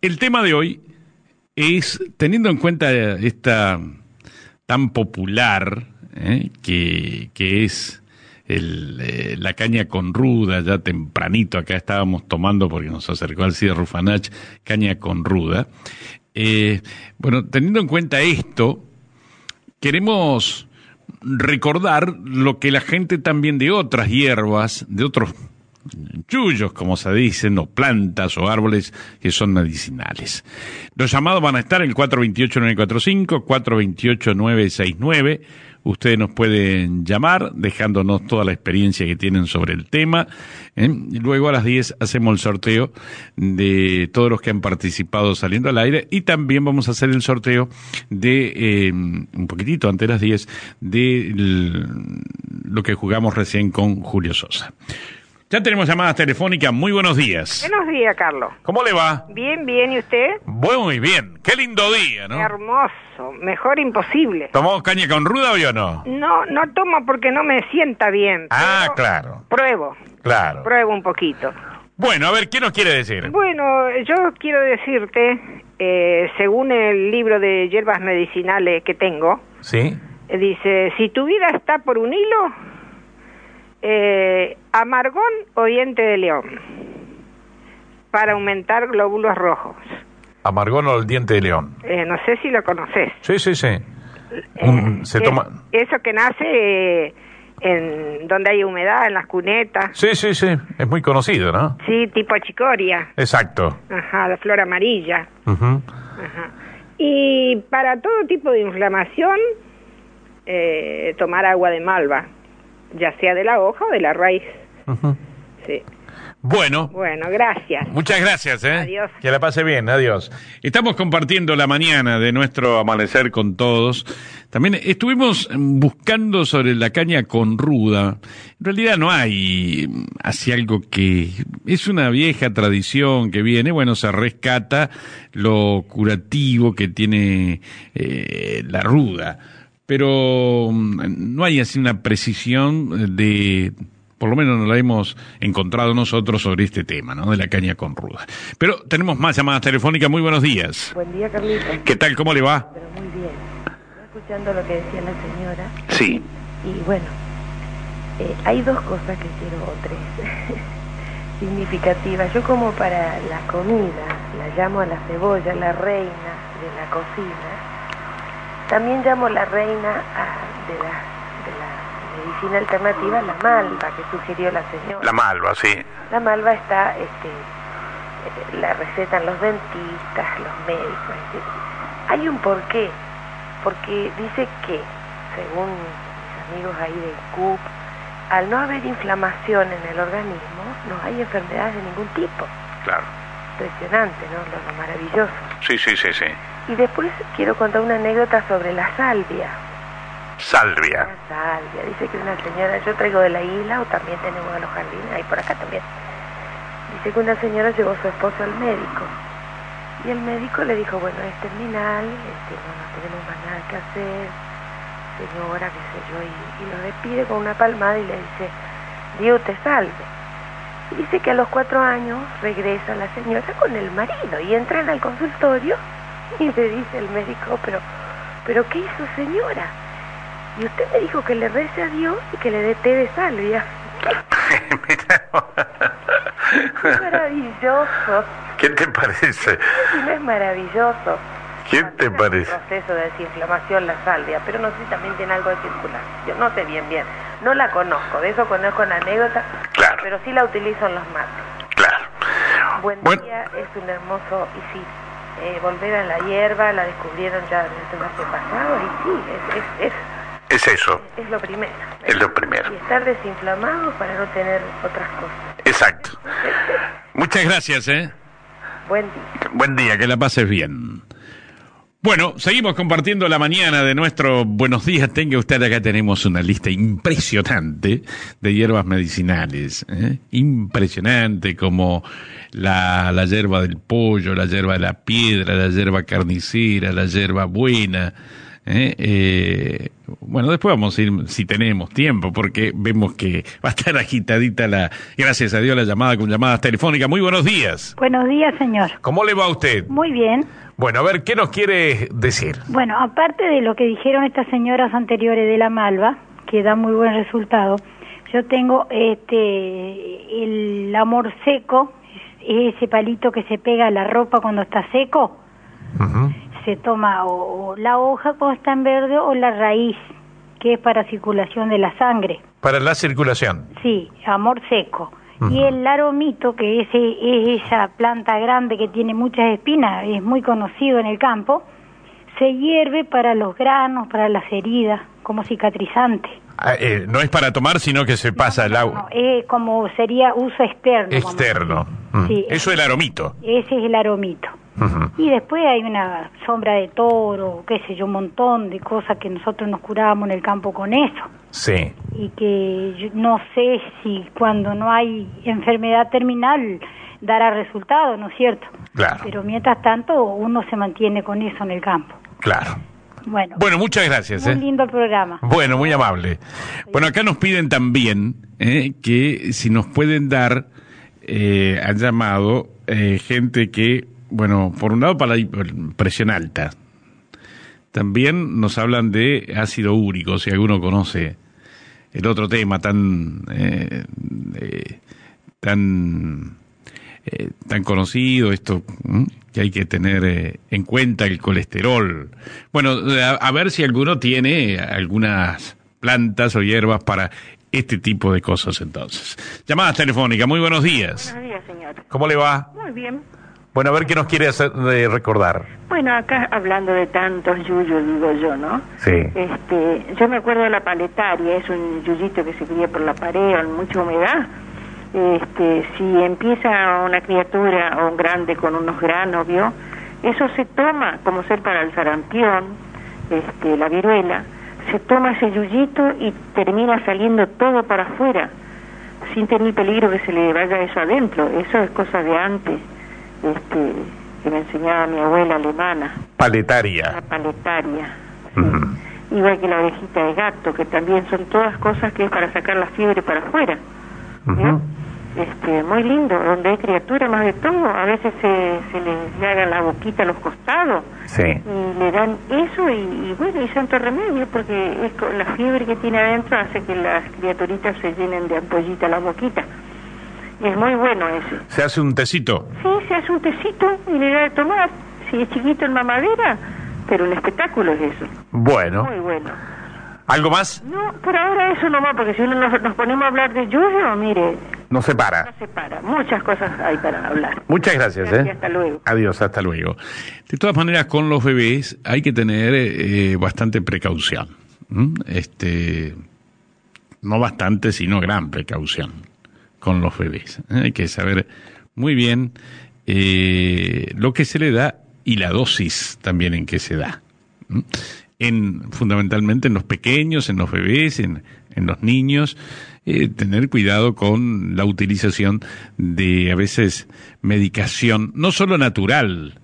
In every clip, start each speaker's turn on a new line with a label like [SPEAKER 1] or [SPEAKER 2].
[SPEAKER 1] El tema de hoy es, teniendo en cuenta esta tan popular ¿eh? que, que es el, eh, la caña con ruda, ya tempranito acá estábamos tomando porque nos acercó al CID Rufanach, caña con ruda. Eh, bueno, teniendo en cuenta esto, queremos recordar lo que la gente también de otras hierbas, de otros yuyos, como se dicen, o plantas o árboles que son medicinales. Los llamados van a estar el 428-945, 428-969. Ustedes nos pueden llamar dejándonos toda la experiencia que tienen sobre el tema. ¿eh? Y luego a las 10 hacemos el sorteo de todos los que han participado saliendo al aire y también vamos a hacer el sorteo de, eh, un poquitito antes de las 10, de lo que jugamos recién con Julio Sosa. Ya tenemos llamadas telefónicas. Muy buenos días.
[SPEAKER 2] Buenos días, Carlos.
[SPEAKER 1] ¿Cómo le va?
[SPEAKER 2] Bien, bien. ¿Y usted?
[SPEAKER 1] Muy bien. Qué lindo día, ¿no?
[SPEAKER 2] Hermoso. Mejor imposible.
[SPEAKER 1] ¿Tomó caña con ruda hoy o no?
[SPEAKER 2] No, no tomo porque no me sienta bien.
[SPEAKER 1] Ah,
[SPEAKER 2] pero
[SPEAKER 1] claro,
[SPEAKER 2] Pruebo,
[SPEAKER 1] claro.
[SPEAKER 2] pruebo un poquito.
[SPEAKER 1] Bueno, a ver, ¿qué nos quiere decir?
[SPEAKER 2] Bueno, yo quiero decirte, eh, según el libro de hierbas medicinales que tengo,
[SPEAKER 1] Sí.
[SPEAKER 2] eh, dice, si tu vida está por un hilo, eh, amargón o diente de león, para aumentar glóbulos rojos.
[SPEAKER 1] Amargón o el diente de león.
[SPEAKER 2] Eh, no sé si lo conoces.
[SPEAKER 1] Sí, sí, sí.
[SPEAKER 2] Eh,
[SPEAKER 1] Un- se
[SPEAKER 2] es-
[SPEAKER 1] toma...
[SPEAKER 2] Eso que nace eh, en donde hay humedad, en las cunetas.
[SPEAKER 1] Sí, sí, sí. Es muy conocido, ¿no?
[SPEAKER 2] Sí, tipo chicoria.
[SPEAKER 1] Exacto.
[SPEAKER 2] Ajá, la flor amarilla.
[SPEAKER 1] Ujú.
[SPEAKER 2] Y para todo tipo de inflamación, eh, tomar agua de malva, ya sea de la hoja o de la raíz.
[SPEAKER 1] Ujú.
[SPEAKER 2] Sí.
[SPEAKER 1] Bueno,
[SPEAKER 2] Bueno, gracias.
[SPEAKER 1] Muchas gracias, ¿eh?
[SPEAKER 2] Adiós.
[SPEAKER 1] Que la pase bien, adiós. Estamos compartiendo la mañana de nuestro amanecer con todos. También estuvimos mm, buscando sobre la caña con ruda. En realidad no hay mm, así algo que es una vieja tradición que viene, bueno, se rescata lo curativo que tiene eh, la ruda, pero mm, no hay así una precisión eh, de por lo menos no la hemos encontrado nosotros sobre este tema, ¿no? De la caña con ruda. Pero tenemos más llamadas telefónicas. Muy buenos días.
[SPEAKER 3] Buen día, Carlitos.
[SPEAKER 1] ¿Qué tal? ¿Cómo le va?
[SPEAKER 3] Pero muy bien. Estaba escuchando lo que decía la señora
[SPEAKER 1] Sí.
[SPEAKER 3] y bueno, eh, hay dos cosas que quiero, o tres, significativas. Yo como para la comida, la llamo a la cebolla, la reina de la cocina. También llamo la reina a- de, la, de la medicina alternativa, la malva, que sugirió la señora.
[SPEAKER 1] malva, sí.
[SPEAKER 3] La malva está, este, eh, la recetan los dentistas, los médicos. es decir, Hay un porqué, porque dice que, según mis amigos ahí de CUP, al no haber inflamación en el organismo, no hay enfermedades de ningún tipo.
[SPEAKER 1] Claro.
[SPEAKER 3] Impresionante, ¿no? Lo, lo maravilloso.
[SPEAKER 1] Sí, sí, sí, sí.
[SPEAKER 3] Y después quiero contar una anécdota sobre la salvia.
[SPEAKER 1] Salvia.
[SPEAKER 3] La salvia. Dice que una señora, yo traigo de la isla o también tenemos de los jardines, ahí por acá también. Dice que una señora llevó a su esposo al médico. Y el médico le dijo, bueno, es terminal, este, no, no tenemos más nada que hacer, señora, qué sé yo, y, y lo despide con una palmada y le dice, Dios te salve. Y dice que a los cuatro años regresa la señora con el marido y entran al consultorio y le dice el médico, pero, pero ¿qué hizo señora? Y usted me dijo que le rece a Dios y que le dé té de salvia. Qué maravilloso.
[SPEAKER 1] ¿Qué te parece?
[SPEAKER 3] Si no es maravilloso.
[SPEAKER 1] ¿Qué
[SPEAKER 3] También
[SPEAKER 1] te
[SPEAKER 3] hay un
[SPEAKER 1] parece?
[SPEAKER 3] proceso de desinflamación la salvia, pero no sé si también tiene algo de circulación. No sé bien, bien. No la conozco, de eso conozco una anécdota,
[SPEAKER 1] Claro.
[SPEAKER 3] pero sí la utilizo en los mates.
[SPEAKER 1] Claro.
[SPEAKER 3] Buen
[SPEAKER 1] Bueno.
[SPEAKER 3] día, es un hermoso, y sí, eh, volver a la hierba, la descubrieron ya desde el semestre pasado, y sí, es, es,
[SPEAKER 1] Es eso.
[SPEAKER 3] es, es lo primero.
[SPEAKER 1] Es lo primero.
[SPEAKER 3] Y estar desinflamado para no tener otras cosas.
[SPEAKER 1] Exacto. Muchas gracias, ¿eh?
[SPEAKER 3] Buen día.
[SPEAKER 1] Buen día, que la pases bien. Bueno, seguimos compartiendo la mañana de nuestro Buenos días. Tenga usted acá tenemos una lista impresionante de hierbas medicinales. ¿eh? Impresionante como la, la hierba del pollo, la hierba de la piedra, la hierba carnicera, la hierba buena. ¿eh? Eh, Bueno, después vamos a ir si tenemos tiempo, porque vemos que va a estar agitadita la, gracias a Dios, la llamada con llamadas telefónicas. Muy buenos días.
[SPEAKER 4] Buenos días, señor.
[SPEAKER 1] ¿Cómo le va a usted?
[SPEAKER 4] Muy bien.
[SPEAKER 1] Bueno, a ver, ¿qué nos quiere decir?
[SPEAKER 4] Bueno, aparte de lo que dijeron estas señoras anteriores de la Malva, que da muy buen resultado, yo tengo este el amor seco, es ese palito que se pega a la ropa cuando está seco.
[SPEAKER 1] Ujú.
[SPEAKER 4] Se toma o, o la hoja cuando está en verde o la raíz, que es para circulación de la sangre.
[SPEAKER 5] Para la circulación.
[SPEAKER 4] Sí, amor seco. Y el laromito, que ese es esa planta grande que tiene muchas espinas, es muy conocido en el campo, se hierve para los granos, para las heridas, como cicatrizante.
[SPEAKER 5] Ah, eh, no es para tomar, sino que se pasa el
[SPEAKER 4] No,
[SPEAKER 5] agua
[SPEAKER 4] es como sería uso externo. vamos a decir.
[SPEAKER 5] externo. Mm.
[SPEAKER 4] Sí,
[SPEAKER 5] Eso es el aromito.
[SPEAKER 4] ese es el aromito.
[SPEAKER 5] Ujú.
[SPEAKER 4] Y después hay una sombra de toro, qué sé yo, un montón de cosas que nosotros nos curábamos en el campo con eso.
[SPEAKER 5] Sí.
[SPEAKER 4] y que yo no sé si cuando no hay enfermedad terminal dará resultado, ¿no es cierto?
[SPEAKER 5] Claro.
[SPEAKER 4] Pero mientras tanto uno se mantiene con eso en el campo.
[SPEAKER 5] Claro.
[SPEAKER 4] Bueno,
[SPEAKER 1] Bueno, muchas gracias.
[SPEAKER 4] muy
[SPEAKER 1] ¿eh?
[SPEAKER 4] lindo el programa.
[SPEAKER 1] Bueno, muy amable. Bueno, acá nos piden también eh, que si nos pueden dar, eh, han llamado eh, gente que, bueno, por un lado para la hiper- presión alta. También nos hablan de ácido úrico, si alguno conoce el otro tema tan, eh, eh, tan, eh, tan conocido, esto ¿m? que hay que tener eh, en cuenta el colesterol. Bueno, eh, a, a ver si alguno tiene algunas plantas o hierbas para este tipo de cosas entonces. Llamadas telefónicas, muy buenos días.
[SPEAKER 6] Buenos días, señor.
[SPEAKER 5] ¿Cómo le va?
[SPEAKER 6] Muy bien.
[SPEAKER 5] Bueno, a ver qué nos quiere hacer de recordar.
[SPEAKER 6] Bueno, acá hablando de tantos yuyos, digo yo, ¿no?
[SPEAKER 5] Sí.
[SPEAKER 6] Este, yo me acuerdo de la paletaria, es un yuyito que se cría por la pared o en mucha humedad. Este, si empieza una criatura o un grande con unos granos, ¿vio? Eso se toma como ser para el sarampión, este, la viruela. Se toma ese yuyito y termina saliendo todo para afuera, sin tener peligro que se le vaya eso adentro. Eso es cosa de antes, este, que me enseñaba mi abuela alemana, la
[SPEAKER 5] Paletaria.
[SPEAKER 6] paletaria. sí
[SPEAKER 5] Ujú.
[SPEAKER 6] igual que la orejita de gato, que también son todas cosas que es para sacar la fiebre para afuera. ¿ya?
[SPEAKER 5] Ujú.
[SPEAKER 6] este, muy lindo, donde hay criaturas más de todo, a veces se, se les le hagan la boquita a los costados
[SPEAKER 5] Sí.
[SPEAKER 6] y le dan eso y, y bueno, y santo remedio, porque es co- la fiebre que tiene adentro hace que las criaturitas se llenen de ampollita la boquita. Es muy bueno eso.
[SPEAKER 5] Se hace un tecito.
[SPEAKER 6] Sí, se hace un tecito y le da de tomar, si es chiquito en mamadera, pero un espectáculo es eso,
[SPEAKER 5] Bueno.
[SPEAKER 6] muy bueno.
[SPEAKER 5] ¿Algo más?
[SPEAKER 6] No, por ahora eso nomás, porque si uno nos, nos ponemos a hablar de lluvia, mire,
[SPEAKER 5] No se
[SPEAKER 6] no
[SPEAKER 5] para.
[SPEAKER 6] se para. Muchas cosas hay para hablar.
[SPEAKER 5] Muchas gracias,
[SPEAKER 6] Gracias,
[SPEAKER 5] ¿eh?
[SPEAKER 6] hasta luego.
[SPEAKER 5] Adiós, hasta
[SPEAKER 1] Hasta
[SPEAKER 5] luego.
[SPEAKER 1] luego. De todas maneras, con los bebés hay que tener eh, bastante precaución. ¿m? Este, no bastante, sino gran precaución con los bebés. ¿eh? Hay que saber muy bien eh, lo que se le da y la dosis también en que se da. ¿m? En, fundamentalmente en los pequeños, en los bebés, en, en los niños, eh, tener cuidado con la utilización de a veces medicación, no solo natural,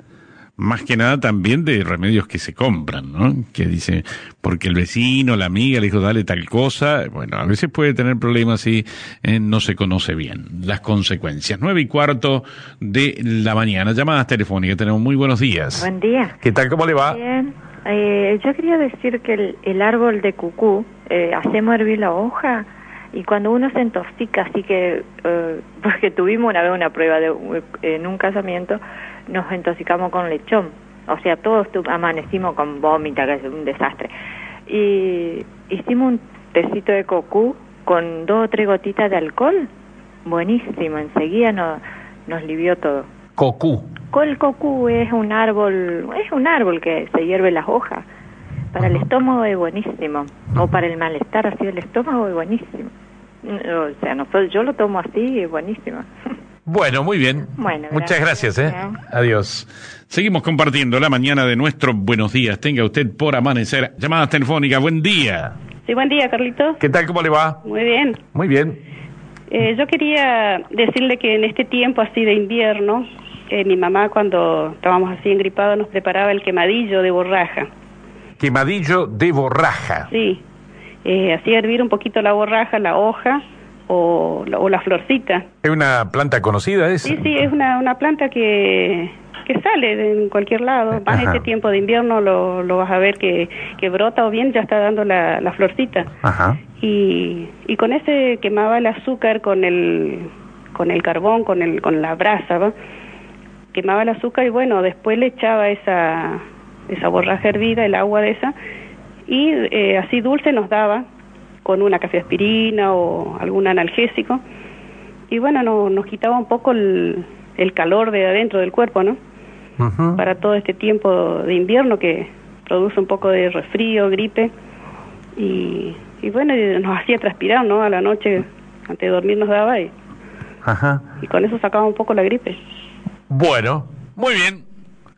[SPEAKER 1] más que nada también de remedios que se compran, ¿no? Que dice, porque el vecino, la amiga le dijo, dale tal cosa. Bueno, a veces puede tener problemas si eh, no se conoce bien las consecuencias. Nueve y cuarto de la mañana. Llamadas telefónicas. Tenemos muy buenos días.
[SPEAKER 7] Buen día.
[SPEAKER 5] ¿Qué tal? ¿Cómo le va?
[SPEAKER 7] Bien. Eh, yo quería decir que el, el árbol de cucú, eh, hacemos hervir la hoja y cuando uno se intoxica, así que, eh, porque tuvimos una vez una prueba de, un- en un casamiento, nos intoxicamos con lechón. O sea, todos tu- amanecimos con vómita, que es un desastre. Y hicimos un tecito de cucú con dos o tres gotitas de alcohol. Buenísimo, enseguida nos, nos livió todo.
[SPEAKER 5] Cocú.
[SPEAKER 7] Col cocu es un árbol, es un árbol que se hierve las hojas. Para el estómago es buenísimo, o para el malestar así del estómago es buenísimo. N- O sea, nosotros, yo lo tomo así y es buenísimo.
[SPEAKER 5] Bueno, muy bien.
[SPEAKER 7] Bueno,
[SPEAKER 5] Muchas gracias,
[SPEAKER 7] gracias,
[SPEAKER 5] ¿eh?
[SPEAKER 7] ¿eh?
[SPEAKER 5] Adiós.
[SPEAKER 1] Seguimos compartiendo la mañana de nuestro Buenos Días. Tenga usted por amanecer. Llamadas telefónicas. Buen día.
[SPEAKER 8] Sí, buen día, Carlitos.
[SPEAKER 5] ¿Qué tal? ¿Cómo le va?
[SPEAKER 8] Muy bien.
[SPEAKER 5] Muy bien.
[SPEAKER 8] Eh, yo quería decirle que en este tiempo así de invierno, eh, mi mamá cuando estábamos así engripados nos preparaba el quemadillo de borraja.
[SPEAKER 5] quemadillo de borraja.
[SPEAKER 8] Sí, eh, hacía hervir un poquito la borraja, la hoja o, la- o la florcita.
[SPEAKER 5] ¿Es una planta conocida esa?
[SPEAKER 8] Sí, sí, es una, una planta que, que sale de en cualquier lado. Más en
[SPEAKER 5] Ajá.
[SPEAKER 8] este tiempo de invierno lo, lo vas a ver que, que brota o bien ya está dando la, la florcita.
[SPEAKER 5] Ajá.
[SPEAKER 8] Y, y con ese quemaba el azúcar con el, con el carbón, con, el, con la brasa, ¿va? Quemaba el azúcar y bueno, después le echaba esa, esa borraja hervida, el agua de esa, y eh, así dulce nos daba con una cafeaspirina o algún analgésico. Y bueno, no- nos quitaba un poco el, el calor de adentro del cuerpo, ¿no?
[SPEAKER 5] Ujú.
[SPEAKER 8] para todo este tiempo de invierno que produce un poco de resfrío, gripe. Y, y bueno, y nos hacía transpirar, ¿no? A la noche, antes de dormir nos daba y,
[SPEAKER 5] Ajá.
[SPEAKER 8] y con eso sacaba un poco la gripe.
[SPEAKER 5] Bueno, muy bien.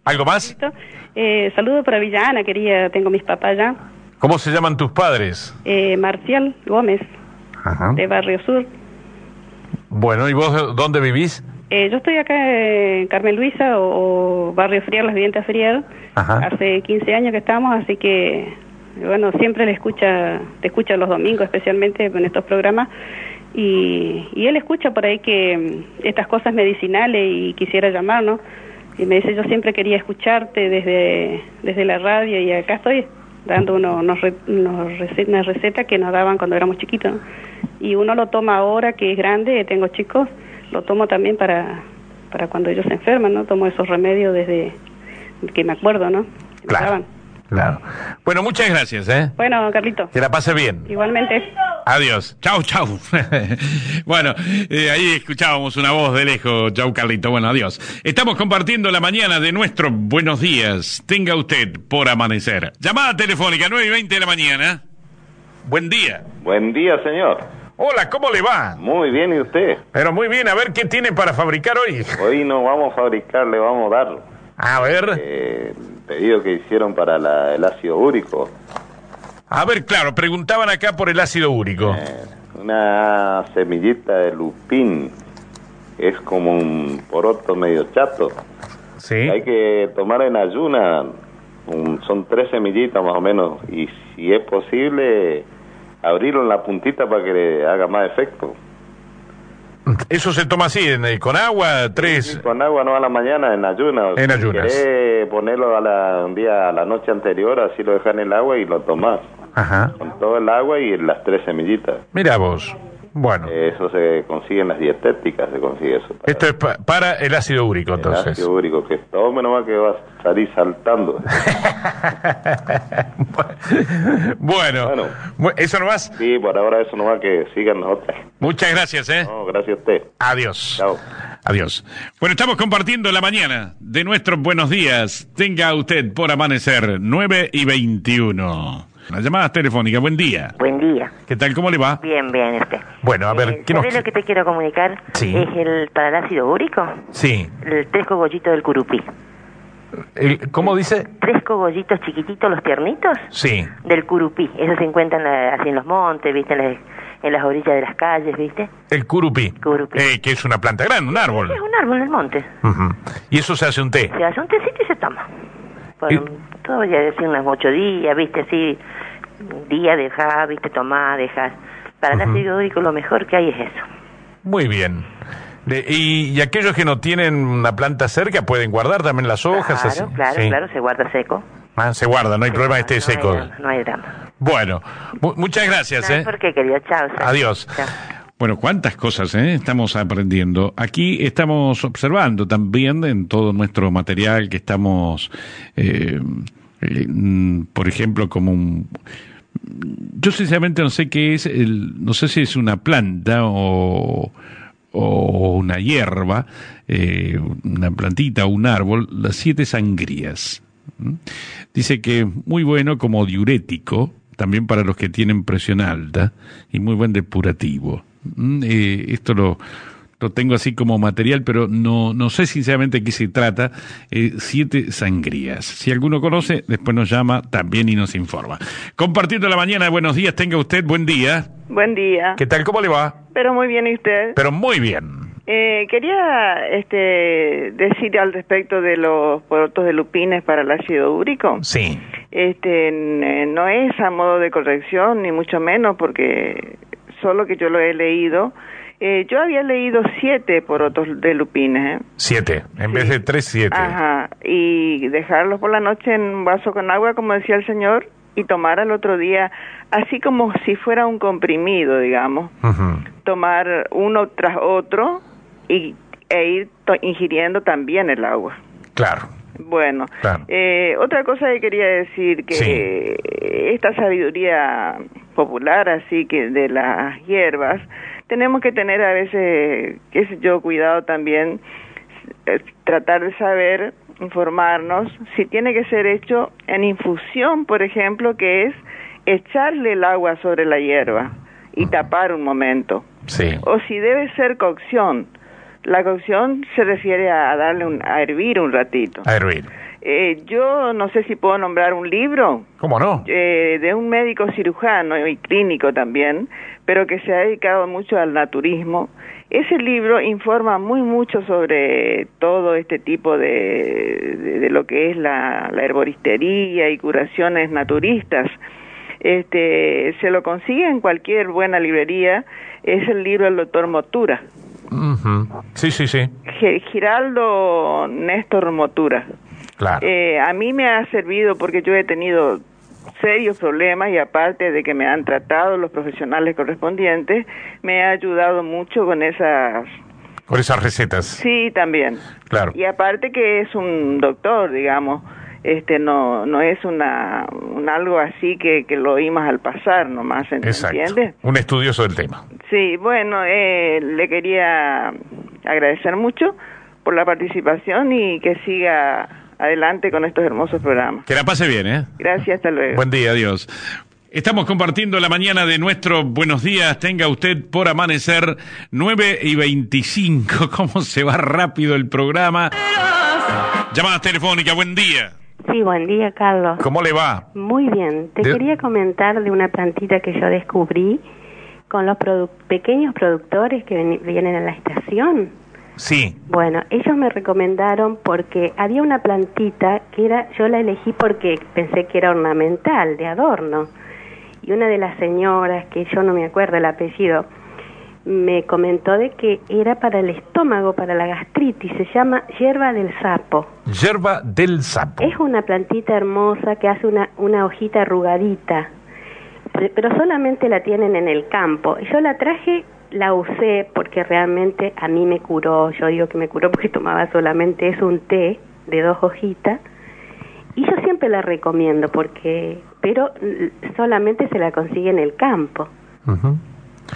[SPEAKER 5] ¿Algo más?
[SPEAKER 8] ¿Listo? Eh, saludo para Villana, quería, tengo mis papás ya.
[SPEAKER 5] ¿Cómo se llaman tus padres?
[SPEAKER 8] Eh, Marcial Gómez,
[SPEAKER 5] Ajá.
[SPEAKER 8] de Barrio Sur.
[SPEAKER 5] Bueno, ¿y vos dónde vivís?
[SPEAKER 8] Eh, yo estoy acá en Carmen Luisa o, o Barrio Friar, Las Vientas Friar.
[SPEAKER 5] Ajá.
[SPEAKER 8] Hace 15 años que estamos, así que, bueno, siempre le escucha, te escucha los domingos, especialmente en estos programas. Y, y él escucha por ahí que mm, estas cosas medicinales y quisiera llamar, ¿no? Y me dice, yo siempre quería escucharte desde, desde la radio y acá estoy dando uno- unos re- unos rece- unas recetas que nos daban cuando éramos chiquitos. ¿no? Y uno lo toma ahora que es grande, tengo chicos, lo tomo también para, para cuando ellos se enferman, ¿no? Tomo esos remedios desde que me acuerdo, ¿no? Que me daban.
[SPEAKER 5] Claro. Claro. Bueno, muchas gracias, ¿eh?
[SPEAKER 8] Bueno, Carlito,
[SPEAKER 5] Que la pase bien.
[SPEAKER 8] igualmente.
[SPEAKER 5] Adiós.
[SPEAKER 1] Chau, chau. bueno, eh, ahí escuchábamos una voz de lejos. Chau, Carlito. Bueno, adiós. Estamos compartiendo la mañana de nuestro Buenos Días. Tenga usted por amanecer. Llamada telefónica, 9 y 20 de la mañana. Buen día.
[SPEAKER 9] Buen día, señor.
[SPEAKER 5] Hola, ¿cómo le va?
[SPEAKER 9] Muy bien, ¿y usted?
[SPEAKER 5] Pero muy bien, a ver qué tiene para fabricar hoy.
[SPEAKER 9] Hoy no vamos a fabricar, le vamos a dar
[SPEAKER 5] A ver,
[SPEAKER 9] eh, el pedido que hicieron para la- el ácido úrico.
[SPEAKER 5] a ver, claro, preguntaban acá por el ácido úrico.
[SPEAKER 9] Eh, una semillita de lupín. Es como un poroto medio chato.
[SPEAKER 5] Sí.
[SPEAKER 9] Hay que tomar en ayuna. un- son tres semillitas más o menos. Y si es posible, abrirlo en la puntita para que le haga más efecto.
[SPEAKER 5] Eso se toma así, en, eh, con agua, tres.
[SPEAKER 9] Sí, Con agua no a la mañana, en ayunas.
[SPEAKER 5] En ayunas.
[SPEAKER 9] Si querés ponerlo a la, un día a la noche anterior, así lo dejas en el agua y lo tomás.
[SPEAKER 5] Ajá.
[SPEAKER 9] Con todo el agua y las tres semillitas.
[SPEAKER 5] Mira vos. Bueno,
[SPEAKER 9] Eh, Eso se consigue en las dietéticas, se consigue eso. Para
[SPEAKER 5] esto es pa- para el ácido úrico,
[SPEAKER 9] el
[SPEAKER 5] entonces.
[SPEAKER 9] ácido úrico, que tome nomás que va a salir saltando.
[SPEAKER 5] bueno,
[SPEAKER 9] Bueno.
[SPEAKER 5] bu- eso nomás.
[SPEAKER 9] sí, por ahora eso nomás que sigan nosotras.
[SPEAKER 5] Muchas gracias, ¿eh?
[SPEAKER 9] No, gracias a usted.
[SPEAKER 5] Adiós.
[SPEAKER 9] Chao.
[SPEAKER 1] Adiós. Bueno, estamos compartiendo la mañana de nuestros buenos días. Tenga usted por amanecer 9 y 21. Las llamadas telefónicas, buen día.
[SPEAKER 3] Buen día.
[SPEAKER 1] ¿Qué tal? ¿Cómo le va?
[SPEAKER 3] Bien, bien, este.
[SPEAKER 5] Bueno, a ver,
[SPEAKER 3] Eh,
[SPEAKER 5] ¿qué nos
[SPEAKER 3] ¿sabés lo que te quiero comunicar?
[SPEAKER 5] Sí.
[SPEAKER 3] Es el para el ácido úrico,
[SPEAKER 5] Sí.
[SPEAKER 3] el tres cogollitos del curupí.
[SPEAKER 5] El- ¿Cómo dice?
[SPEAKER 3] Tres cogollitos chiquititos, los tiernitos,
[SPEAKER 5] Sí.
[SPEAKER 3] del curupí. Eso se encuentran eh, así en los montes, ¿viste? En las, en las orillas de las calles, ¿viste?
[SPEAKER 5] El curupí.
[SPEAKER 3] Curupí.
[SPEAKER 5] Eh, que es una planta grande, un árbol.
[SPEAKER 3] Es un árbol del monte.
[SPEAKER 5] Ujú. Y eso se hace un té.
[SPEAKER 3] Se hace un tecito y se toma. Por
[SPEAKER 5] Y-
[SPEAKER 3] un- todo ya decir unos ocho días, ¿viste? Así, un día dejar, ¿viste? Tomar, dejar. Para el ácido úrico lo mejor que hay es eso.
[SPEAKER 5] Muy bien. De- y, y aquellos que no tienen una planta cerca pueden guardar también las hojas.
[SPEAKER 3] claro,
[SPEAKER 5] así.
[SPEAKER 3] claro,
[SPEAKER 5] Sí.
[SPEAKER 3] claro, se guarda seco.
[SPEAKER 5] Ah, se guarda, no hay problema que esté
[SPEAKER 3] No hay
[SPEAKER 5] seco.
[SPEAKER 3] drama, No hay drama.
[SPEAKER 5] Bueno, mu- muchas gracias.
[SPEAKER 3] No,
[SPEAKER 5] ¿eh?
[SPEAKER 3] ¿Por qué, querido? Chao. Sara.
[SPEAKER 5] Adiós.
[SPEAKER 3] Chao.
[SPEAKER 1] Bueno, cuántas cosas eh, estamos aprendiendo. Aquí estamos observando también en todo nuestro material que estamos, eh, eh, mm, por ejemplo, como un... Yo sinceramente no sé qué es, el, no sé si es una planta o, o una hierba, eh, una plantita o un árbol, las siete sangrías. ¿Mm? Dice que es muy bueno como diurético, también para los que tienen presión alta, y muy buen depurativo. Mm, eh, esto lo, lo tengo así como material, pero no, no sé sinceramente de qué se trata. Eh, siete sangrías. Si alguno conoce, después nos llama también y nos informa. Compartiendo la mañana, buenos días, tenga usted buen día.
[SPEAKER 10] Buen día.
[SPEAKER 5] ¿Qué tal? ¿Cómo le va?
[SPEAKER 10] Pero muy bien, ¿y usted?
[SPEAKER 5] Pero muy bien.
[SPEAKER 10] Eh, quería este, decir al respecto de los productos de lupines para el ácido úrico.
[SPEAKER 5] Sí.
[SPEAKER 10] este, n- no es a modo de corrección, ni mucho menos, porque solo que yo lo he leído. Eh, yo había leído siete porotos de lupinas, ¿eh?
[SPEAKER 5] Siete, en vez de tres, siete.
[SPEAKER 10] Ajá, y dejarlos por la noche en un vaso con agua, como decía el señor, y tomar al otro día, así como si fuera un comprimido, digamos,
[SPEAKER 5] Ujú.
[SPEAKER 10] tomar uno tras otro y, e ir to- ingiriendo también el agua.
[SPEAKER 5] Claro.
[SPEAKER 10] Bueno,
[SPEAKER 5] Claro.
[SPEAKER 10] eh, otra cosa que quería decir, que
[SPEAKER 5] Sí.
[SPEAKER 10] eh, esta sabiduría popular, así que de las hierbas, tenemos que tener a veces, qué sé yo, cuidado también, eh, tratar de saber, informarnos, si tiene que ser hecho en infusión, por ejemplo, que es echarle el agua sobre la hierba y tapar un momento
[SPEAKER 5] Sí.
[SPEAKER 10] o si debe ser cocción. La cocción se refiere a darle un, a hervir un ratito.
[SPEAKER 5] A hervir.
[SPEAKER 10] Eh, yo no sé si puedo nombrar un libro
[SPEAKER 5] ¿Cómo no?
[SPEAKER 10] eh, de un médico cirujano y clínico también, pero que se ha dedicado mucho al naturismo. Ese libro informa muy mucho sobre todo este tipo de, de- de lo que es la, la herboristería y curaciones naturistas. Este, se lo consigue en cualquier buena librería. Es el libro del doctor Motura,
[SPEAKER 5] Ujú. Sí, sí, sí.
[SPEAKER 10] Ge- Giraldo Néstor Motura.
[SPEAKER 5] Claro.
[SPEAKER 10] Eh, a mí me ha servido porque yo he tenido serios problemas y aparte de que me han tratado los profesionales correspondientes, me ha ayudado mucho con esas...
[SPEAKER 5] Con esas recetas.
[SPEAKER 10] Sí, también.
[SPEAKER 5] Claro.
[SPEAKER 10] Y aparte que es un doctor, digamos, este no no es una un algo así que, que lo oímos al pasar nomás, ¿ent-
[SPEAKER 5] Exacto.
[SPEAKER 10] ¿entiendes?
[SPEAKER 5] Un estudioso del tema.
[SPEAKER 10] Sí, bueno, eh, le quería agradecer mucho por la participación y que siga adelante con estos hermosos programas.
[SPEAKER 1] Que la pase bien, ¿eh?
[SPEAKER 10] Gracias, hasta luego.
[SPEAKER 1] Buen día, adiós. Estamos compartiendo la mañana de nuestro Buenos Días. Tenga usted por amanecer 9 y 25. ¿Cómo se va rápido el programa? Llamadas telefónicas, buen día.
[SPEAKER 11] Sí, buen día, Carlos.
[SPEAKER 5] ¿Cómo le va?
[SPEAKER 11] Muy bien. Te
[SPEAKER 5] De-
[SPEAKER 11] quería comentar de una plantita que yo descubrí con los produ- pequeños productores que ven- vienen a la estación.
[SPEAKER 5] Sí.
[SPEAKER 11] Bueno, ellos me recomendaron porque había una plantita que era, yo la elegí porque pensé que era ornamental, de adorno. Y una de las señoras, que yo no me acuerdo el apellido, me comentó de que era para el estómago, para la gastritis, se llama hierba del sapo.
[SPEAKER 5] Yerba del sapo.
[SPEAKER 11] Es una plantita hermosa que hace una, una hojita arrugadita, Pe- pero solamente la tienen en el campo. Y Yo la traje, la usé porque realmente a mí me curó, yo digo que me curó porque tomaba solamente es un té de dos hojitas. Y yo siempre la recomiendo porque, pero mm, solamente se la consigue en el campo.
[SPEAKER 5] Ujú.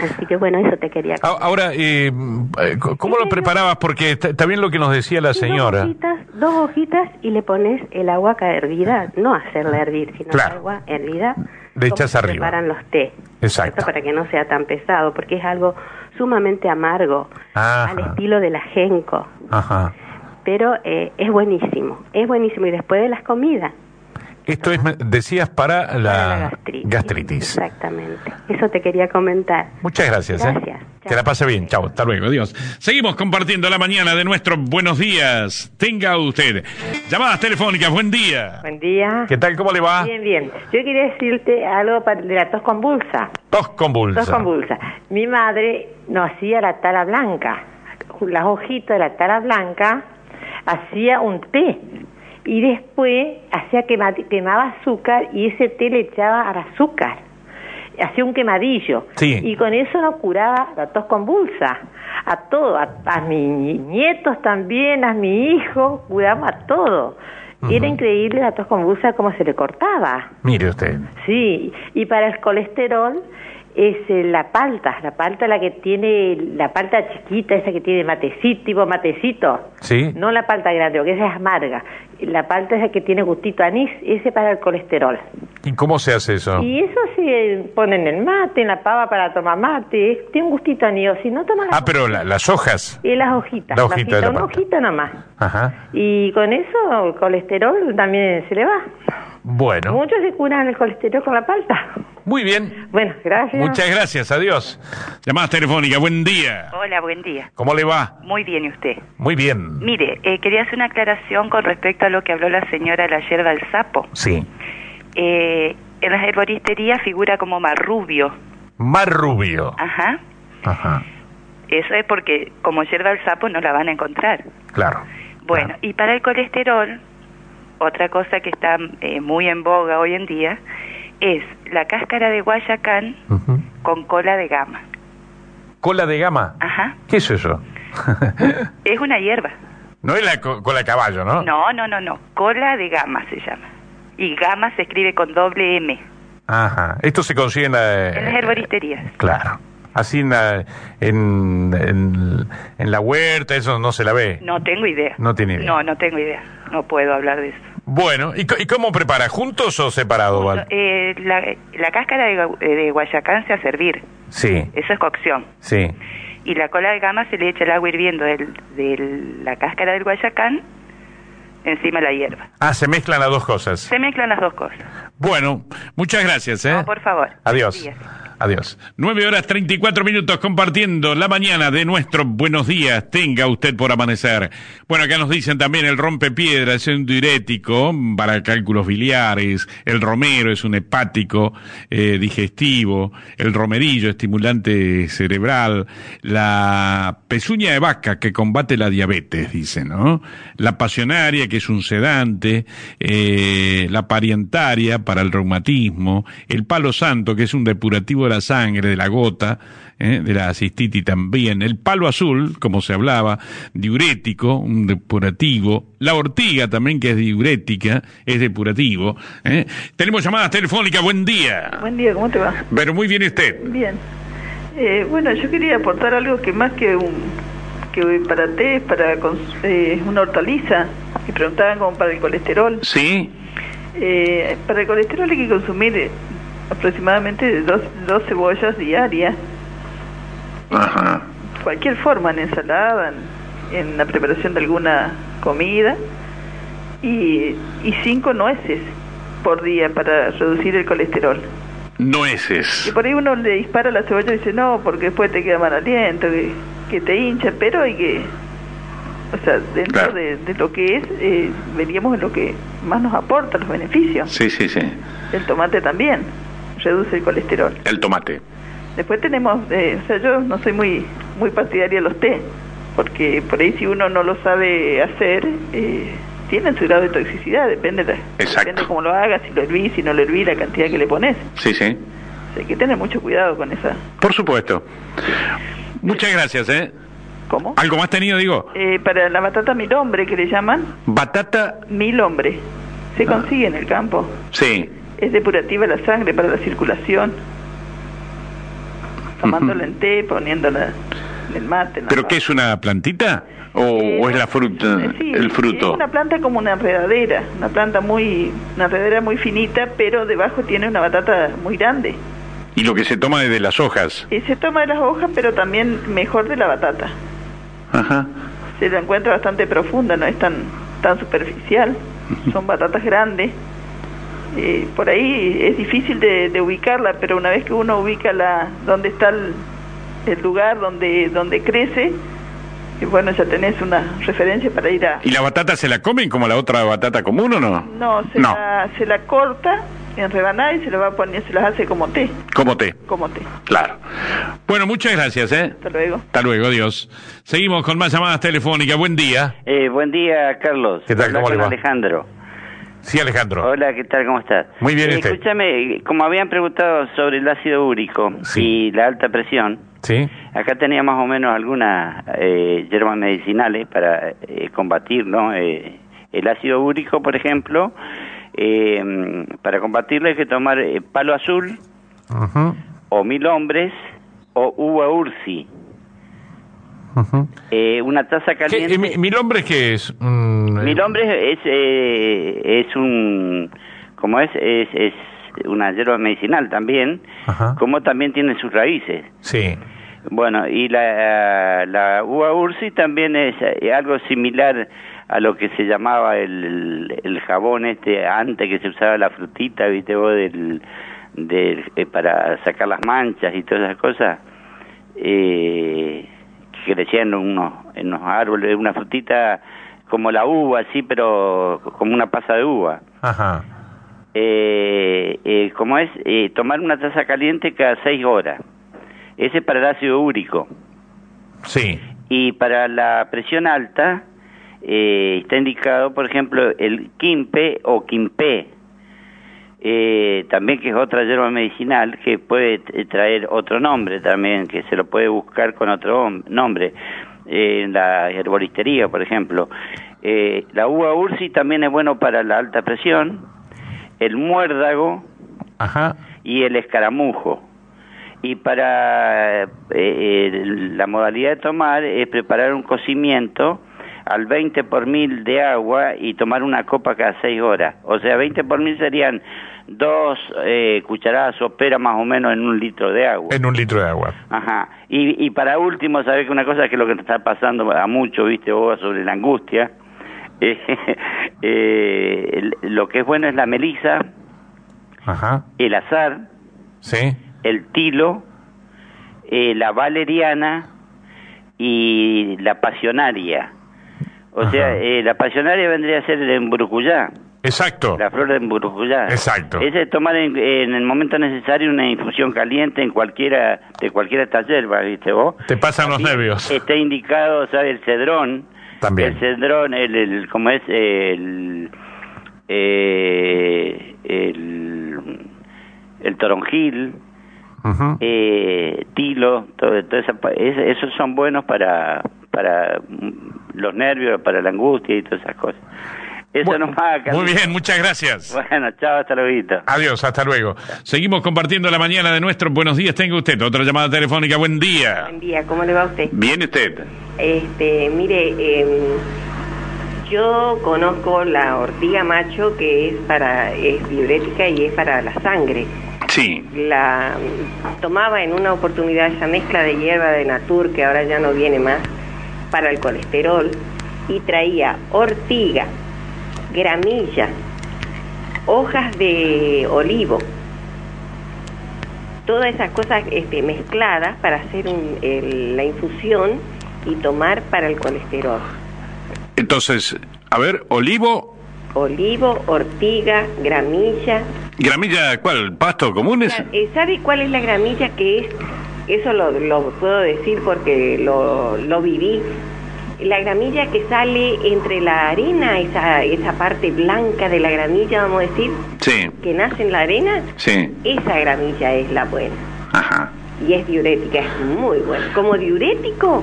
[SPEAKER 11] Así que bueno, eso te quería
[SPEAKER 5] A- Ahora, eh, eh, ¿cómo lo preparabas? Porque está, está bien lo que nos decía la señora.
[SPEAKER 11] hojitas, dos hojitas y le pones el agua acá hervida, no hacerla hervir, sino
[SPEAKER 5] Claro.
[SPEAKER 11] el agua hervida.
[SPEAKER 5] Le
[SPEAKER 11] como
[SPEAKER 5] echas
[SPEAKER 11] se
[SPEAKER 5] arriba.
[SPEAKER 11] Preparan los té,
[SPEAKER 5] Exacto.
[SPEAKER 11] esto para que no sea tan pesado, porque es algo sumamente amargo, al
[SPEAKER 5] Ajá.
[SPEAKER 11] estilo de la genco,
[SPEAKER 5] Ah, Ajá.
[SPEAKER 11] pero eh, es buenísimo, es buenísimo y después de las comidas,
[SPEAKER 5] Esto es, me- decías, para la, gastritis.
[SPEAKER 11] exactamente. Eso te quería comentar.
[SPEAKER 5] Muchas gracias. ¿eh?
[SPEAKER 11] Gracias.
[SPEAKER 5] Que la pase bien. Chao. Hasta luego.
[SPEAKER 1] Adiós. Seguimos compartiendo la mañana de nuestro Buenos Días. Tenga usted. Llamadas telefónicas, buen día.
[SPEAKER 12] Buen día.
[SPEAKER 5] ¿Qué tal? ¿Cómo le va?
[SPEAKER 12] Bien, bien. Yo quería decirte algo pa- de la tos convulsa.
[SPEAKER 5] Tos convulsa.
[SPEAKER 12] Tos convulsa. Mi madre nos hacía la tara blanca. Las hojitas de la tara blanca hacía un té. Y después hacía quema- quemaba azúcar y ese té le echaba al azúcar. Hacía un quemadillo.
[SPEAKER 13] Sí.
[SPEAKER 12] Y con eso nos curaba la tos convulsa. A todo, a, a mis nietos también, a mi hijo, curamos a todo. Era increíble la tos convulsa cómo se le cortaba.
[SPEAKER 5] Mire usted.
[SPEAKER 12] Sí, y para el colesterol es eh, la palta, la palta la que tiene, la palta chiquita, esa que tiene matecito, tipo matecito,
[SPEAKER 5] Sí.
[SPEAKER 12] no la palta grande, porque esa es amarga, la palta esa que tiene gustito a anís, ese para el colesterol.
[SPEAKER 5] ¿Y cómo se hace eso?
[SPEAKER 12] Y eso se pone en el mate, en la pava para tomar mate, es- tiene un gustito a anís, o si no tomas
[SPEAKER 5] Ah, pero la- las hojas.
[SPEAKER 12] y las hojitas,
[SPEAKER 5] La hojita de la
[SPEAKER 12] una
[SPEAKER 5] palta.
[SPEAKER 12] hojita nomás.
[SPEAKER 5] Ajá.
[SPEAKER 12] Y con eso el colesterol también se le va.
[SPEAKER 5] Bueno.
[SPEAKER 12] Muchos se curan el colesterol con la palta.
[SPEAKER 5] Muy bien.
[SPEAKER 12] Bueno, gracias.
[SPEAKER 5] Muchas gracias. Adiós.
[SPEAKER 1] Llamadas telefónicas, buen día.
[SPEAKER 14] Hola, buen día.
[SPEAKER 5] ¿Cómo le va?
[SPEAKER 14] Muy bien, ¿y usted?
[SPEAKER 5] Muy bien.
[SPEAKER 14] Mire, eh, quería hacer una aclaración con respecto a lo que habló la señora de la hierba del sapo.
[SPEAKER 5] Sí.
[SPEAKER 13] eh, en las herboristerías figura como marrubio.
[SPEAKER 5] Mar rubio.
[SPEAKER 13] Ajá.
[SPEAKER 5] Ajá.
[SPEAKER 13] Eso es porque como hierba del sapo no la van a encontrar.
[SPEAKER 5] Claro.
[SPEAKER 13] Bueno,
[SPEAKER 5] Ah.
[SPEAKER 13] y para el colesterol, otra cosa que está eh, muy en boga hoy en día es la cáscara de guayacán con cola de gama.
[SPEAKER 5] Cola de gama.
[SPEAKER 13] Ajá.
[SPEAKER 5] ¿Qué es eso?
[SPEAKER 13] Es una hierba.
[SPEAKER 5] no es la co- cola de caballo, ¿no?
[SPEAKER 13] No, no, no, no. Cola de gama se llama. Y gama se escribe con doble
[SPEAKER 5] Eh.
[SPEAKER 13] M.
[SPEAKER 5] Ajá. Esto se consigue en la...
[SPEAKER 13] En las herboristerías.
[SPEAKER 5] Claro. Así en la, en, en- en la huerta, eso no se la ve.
[SPEAKER 13] No tengo idea.
[SPEAKER 5] No tiene idea.
[SPEAKER 13] No, no tengo idea. No puedo hablar de eso.
[SPEAKER 5] Bueno, ¿y, co- y cómo prepara? ¿Juntos o separado, Val?
[SPEAKER 13] Eh, la, la cáscara de, gu- eh, de guayacán se hace hervir.
[SPEAKER 5] Sí,
[SPEAKER 13] Eso es cocción.
[SPEAKER 5] sí.
[SPEAKER 13] Y la cola de gama se le echa el agua hirviendo del- de la cáscara del guayacán encima de la hierba.
[SPEAKER 5] Ah, se mezclan las dos cosas.
[SPEAKER 13] Se mezclan las dos cosas.
[SPEAKER 1] Bueno, muchas gracias, ¿eh?
[SPEAKER 13] Por favor.
[SPEAKER 1] Adiós.
[SPEAKER 13] Buen día.
[SPEAKER 5] Adiós.
[SPEAKER 1] 9 horas 34 minutos compartiendo la mañana de nuestro Buenos Días. Tenga usted por amanecer. Bueno, acá nos dicen también el rompepiedra es un diurético para cálculos biliares, el romero es un hepático eh, digestivo, el romerillo estimulante cerebral, la pezuña de vaca que combate la diabetes, dice, ¿no? La pasionaria que es un sedante, eh, la parientaria para el reumatismo, el palo santo que es un depurativo de la sangre, de la gota, eh, de la cistitis también, el palo azul, como se hablaba, diurético, un depurativo, la ortiga también que es diurética, es depurativo. eh. Tenemos llamadas telefónicas, buen día.
[SPEAKER 14] Buen día, ¿cómo te va?
[SPEAKER 1] Pero muy bien usted.
[SPEAKER 14] Bien. Eh, bueno, yo quería aportar algo que más que un que para té, es para cons- eh, una hortaliza, que preguntaban como para el colesterol.
[SPEAKER 1] Sí.
[SPEAKER 14] Eh, para el colesterol hay que consumir eh, aproximadamente dos, dos cebollas diarias.
[SPEAKER 10] 嗯
[SPEAKER 14] Cualquier forma, en ensalada, en, en la preparación de alguna comida. Y, y cinco nueces por día para reducir el colesterol.
[SPEAKER 1] Nueces.
[SPEAKER 14] Y por ahí uno le dispara la cebolla y dice, no, porque después te queda mal aliento, que, que te hincha, pero hay que... O sea, dentro
[SPEAKER 1] Claro.
[SPEAKER 14] de, de lo que es, eh, veríamos en lo que más nos aporta los beneficios.
[SPEAKER 1] Sí, sí, sí.
[SPEAKER 14] El tomate también reduce el colesterol.
[SPEAKER 1] El tomate.
[SPEAKER 14] Después tenemos, eh, o sea, yo no soy muy muy partidaria de los té, porque por ahí si uno no lo sabe hacer, eh, tienen su grado de toxicidad, depende de, depende cómo lo hagas, si lo hervís, si no lo hervís, la cantidad que le pones.
[SPEAKER 1] Sí, sí.
[SPEAKER 14] O sea, hay que tener mucho cuidado con esa
[SPEAKER 1] Por supuesto. Muchas gracias, ¿eh?
[SPEAKER 14] ¿Cómo?
[SPEAKER 1] ¿Algo más tenido, digo?
[SPEAKER 14] Eh, para la batata mil hombre que le llaman.
[SPEAKER 1] Batata Ah.
[SPEAKER 14] Mil hombre. Se consigue en el campo.
[SPEAKER 1] Sí.
[SPEAKER 14] Es depurativa la sangre para la circulación. Tomándola en té, poniéndola en el mate. en la
[SPEAKER 1] ¿Pero qué es una plantita? ¿O, o es la fruta,
[SPEAKER 14] Sí,
[SPEAKER 1] el
[SPEAKER 14] Es
[SPEAKER 1] fruto?
[SPEAKER 14] una planta como una enredadera, una planta muy, una enredadera muy finita, pero debajo tiene una batata muy grande.
[SPEAKER 1] Y lo que se toma desde las hojas.
[SPEAKER 14] Y se toma de las hojas, pero también mejor de la batata.
[SPEAKER 1] Ajá.
[SPEAKER 14] Se la encuentra bastante profunda, no es tan, tan superficial. Son batatas grandes. Eh, por ahí es difícil de, de ubicarla, pero una vez que uno ubica la, donde está el, el lugar donde, donde crece, y bueno, ya tenés una referencia para ir a,
[SPEAKER 1] ¿Y la batata se la comen como la otra batata común o no?
[SPEAKER 14] No, se,
[SPEAKER 1] No.
[SPEAKER 14] La, se la corta en rebanada y se la va a poner, se las hace como té,
[SPEAKER 1] Como té.
[SPEAKER 14] como té.
[SPEAKER 1] Claro. Bueno, muchas gracias, ¿eh?
[SPEAKER 14] Hasta luego.
[SPEAKER 1] Hasta luego, adiós. Seguimos con más llamadas telefónicas. Buen día.
[SPEAKER 15] Eh, buen día, Carlos.
[SPEAKER 1] ¿Qué tal?
[SPEAKER 15] Habla
[SPEAKER 1] ¿Cómo le
[SPEAKER 15] con
[SPEAKER 1] va?
[SPEAKER 15] Alejandro.
[SPEAKER 5] Sí, Alejandro.
[SPEAKER 15] Hola, ¿qué tal? ¿Cómo estás? Eh,
[SPEAKER 5] Muy bien, ¿y usted?
[SPEAKER 15] Escúchame, como habían preguntado sobre el ácido úrico y la alta presión,
[SPEAKER 5] Sí.
[SPEAKER 15] acá tenía más o menos algunas eh, hierbas medicinales para eh, combatir, ¿no? Eh, el ácido úrico, por ejemplo, eh, mm, para combatirlo hay que tomar eh, palo azul o mil hombres o uva ursi. Eh, una taza
[SPEAKER 5] ¿Qué,
[SPEAKER 15] caliente.
[SPEAKER 5] eh, mi, ¿Mil hombres qué es? Mm, eh,
[SPEAKER 15] Mil hombres es eh, es un como es es, es una hierba medicinal también, como también tiene sus raíces.
[SPEAKER 5] Sí.
[SPEAKER 15] Bueno, y la, la uva ursi también es eh, algo similar a lo que se llamaba el, el jabón este antes que se usaba la frutita, viste vos, del, del, eh, para sacar las manchas y todas esas cosas, eh, que crecían en unos, en unos árboles, una frutita como la uva, así, pero como una pasa de uva.
[SPEAKER 5] Ajá.
[SPEAKER 15] eh, eh, como es eh, tomar una taza caliente cada 6 horas. Ese es para el ácido úrico.
[SPEAKER 5] Sí.
[SPEAKER 15] Y para la presión alta eh, está indicado, por ejemplo, el quimpe o quimpé, eh, también que es otra hierba medicinal que puede t- traer otro nombre también, que se lo puede buscar con otro hom- nombre, eh, en la herboristería, por ejemplo. Eh, la uva ursi también es bueno para la alta presión, el muérdago y el escaramujo. Y para eh, eh, la modalidad de tomar es preparar un cocimiento al 20 por mil de agua y tomar una copa cada 6 horas. O sea, 20 por mil serían dos eh, cucharadas soperas más o menos en un litro de agua.
[SPEAKER 5] En un litro de agua.
[SPEAKER 15] Ajá. Y, y para último, sabes que una cosa que es lo que nos está pasando a muchos, viste, vos, sobre la angustia, eh, eh, el- lo que es bueno es la melisa,
[SPEAKER 5] Ajá.
[SPEAKER 15] el azar,
[SPEAKER 5] Sí.
[SPEAKER 15] el tilo, eh, la valeriana y la pasionaria. O sea, eh, la pasionaria vendría a ser el embrucuyá.
[SPEAKER 5] Exacto.
[SPEAKER 15] La flor de embrucuyá.
[SPEAKER 5] Exacto.
[SPEAKER 15] Ese es tomar en, en el momento necesario una infusión caliente en cualquiera de cualquiera de estas hierbas, ¿viste vos?
[SPEAKER 5] Te pasan los nervios.
[SPEAKER 15] Está indicado, ¿sabes? El cedrón.
[SPEAKER 5] También.
[SPEAKER 15] El cedrón, el, el ¿cómo es? El, eh, el, el toronjil, eh, tilo, todo, toda esa pa- es- esos son buenos para, para mm, los nervios, para la angustia y todas esas cosas. Eso nomás,
[SPEAKER 1] muy
[SPEAKER 15] Carlitos.
[SPEAKER 1] bien, muchas gracias.
[SPEAKER 15] Bueno, chao, hasta luego.
[SPEAKER 5] Adiós, hasta luego.
[SPEAKER 1] Seguimos compartiendo la mañana de nuestro Buenos Días. Tenga usted otra llamada telefónica. Buen día.
[SPEAKER 16] Buen día, ¿cómo le va a usted?
[SPEAKER 1] Bien usted.
[SPEAKER 16] Este, mire, eh, yo conozco la ortiga macho que es para es diurética y es para la sangre.
[SPEAKER 1] Sí.
[SPEAKER 16] La tomaba en una oportunidad esa mezcla de hierba de Natur que ahora ya no viene más para el colesterol y traía ortiga, gramilla, hojas de olivo, todas esas cosas este, mezcladas para hacer un- el- la infusión y tomar para el colesterol.
[SPEAKER 1] Entonces, a ver, olivo,
[SPEAKER 16] Olivo, ortiga, gramilla.
[SPEAKER 1] gramilla, ¿cuál? ¿Pasto común es?
[SPEAKER 16] Eh, ¿Sabe cuál es la gramilla que es? Eso lo, lo puedo decir porque lo, lo viví. La gramilla que sale entre la arena, esa, esa parte blanca de la gramilla, vamos a decir,
[SPEAKER 1] Sí,
[SPEAKER 16] que nace en la arena,
[SPEAKER 1] sí.
[SPEAKER 16] esa gramilla es la buena.
[SPEAKER 1] Ajá.
[SPEAKER 16] Y es diurética, es muy buena. Como diurético,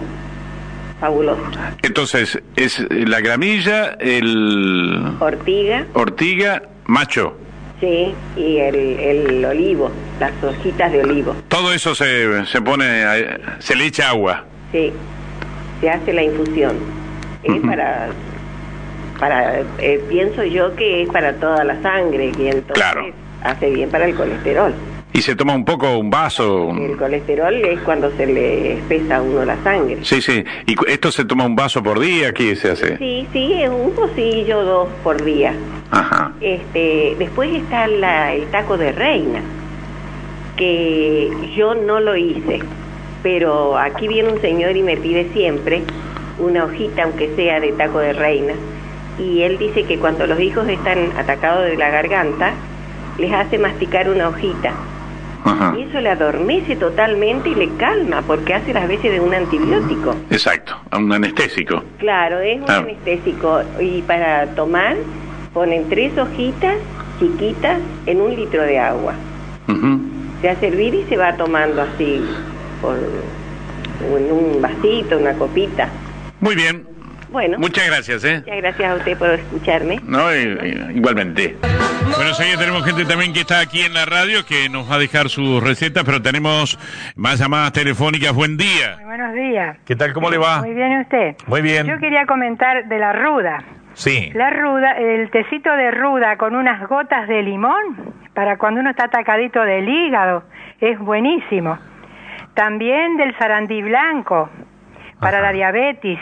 [SPEAKER 16] fabuloso.
[SPEAKER 1] Entonces, es eh, la gramilla, el
[SPEAKER 16] Ortiga,
[SPEAKER 1] ortiga, macho.
[SPEAKER 16] sí, y el, el olivo, las hojitas de olivo.
[SPEAKER 1] Todo eso se, se pone, eh, se le echa agua.
[SPEAKER 16] Sí, se hace la infusión. Es para, para eh, pienso yo que es para toda la sangre y entonces
[SPEAKER 1] Claro.
[SPEAKER 16] hace bien para el colesterol.
[SPEAKER 1] Y se toma un poco, un vaso. un-
[SPEAKER 16] El colesterol es cuando se le espesa a uno la sangre.
[SPEAKER 1] Sí, sí. ¿Y cu- esto se toma un vaso por día? ¿Qué se hace?
[SPEAKER 16] Sí, sí, es un pocillo dos por día.
[SPEAKER 1] Ajá.
[SPEAKER 16] Este, después está la, el taco de reina, que yo no lo hice, pero aquí viene un señor y me pide siempre una hojita, aunque sea de taco de reina, y él dice que cuando los hijos están atacados de la garganta, les hace masticar una hojita.
[SPEAKER 1] Ah.
[SPEAKER 16] Y eso le adormece totalmente y le calma, porque hace las veces de un antibiótico.
[SPEAKER 1] Exacto, a un anestésico.
[SPEAKER 16] Claro, es un
[SPEAKER 1] Ah.
[SPEAKER 16] anestésico y para tomar ponen tres hojitas chiquitas en un litro de agua.
[SPEAKER 1] Ujú.
[SPEAKER 16] Se hace hervir y se va tomando así por en un vasito, una copita.
[SPEAKER 1] Muy bien.
[SPEAKER 16] Bueno,
[SPEAKER 1] Muchas gracias, ¿eh?
[SPEAKER 16] muchas gracias a usted por escucharme.
[SPEAKER 1] No, eh, eh, igualmente. Bueno, enseguida tenemos gente también que está aquí en la radio que nos va a dejar sus recetas, pero tenemos más llamadas telefónicas. Buen día.
[SPEAKER 17] Buenos días.
[SPEAKER 5] ¿Qué tal? ¿Cómo le va?
[SPEAKER 17] Muy bien, ¿y usted?
[SPEAKER 5] Muy bien.
[SPEAKER 17] Yo quería comentar de la ruda.
[SPEAKER 5] Sí.
[SPEAKER 17] La ruda, el tecito de ruda con unas gotas de limón para cuando uno está atacadito del hígado, es buenísimo. También del sarandí blanco para la diabetes,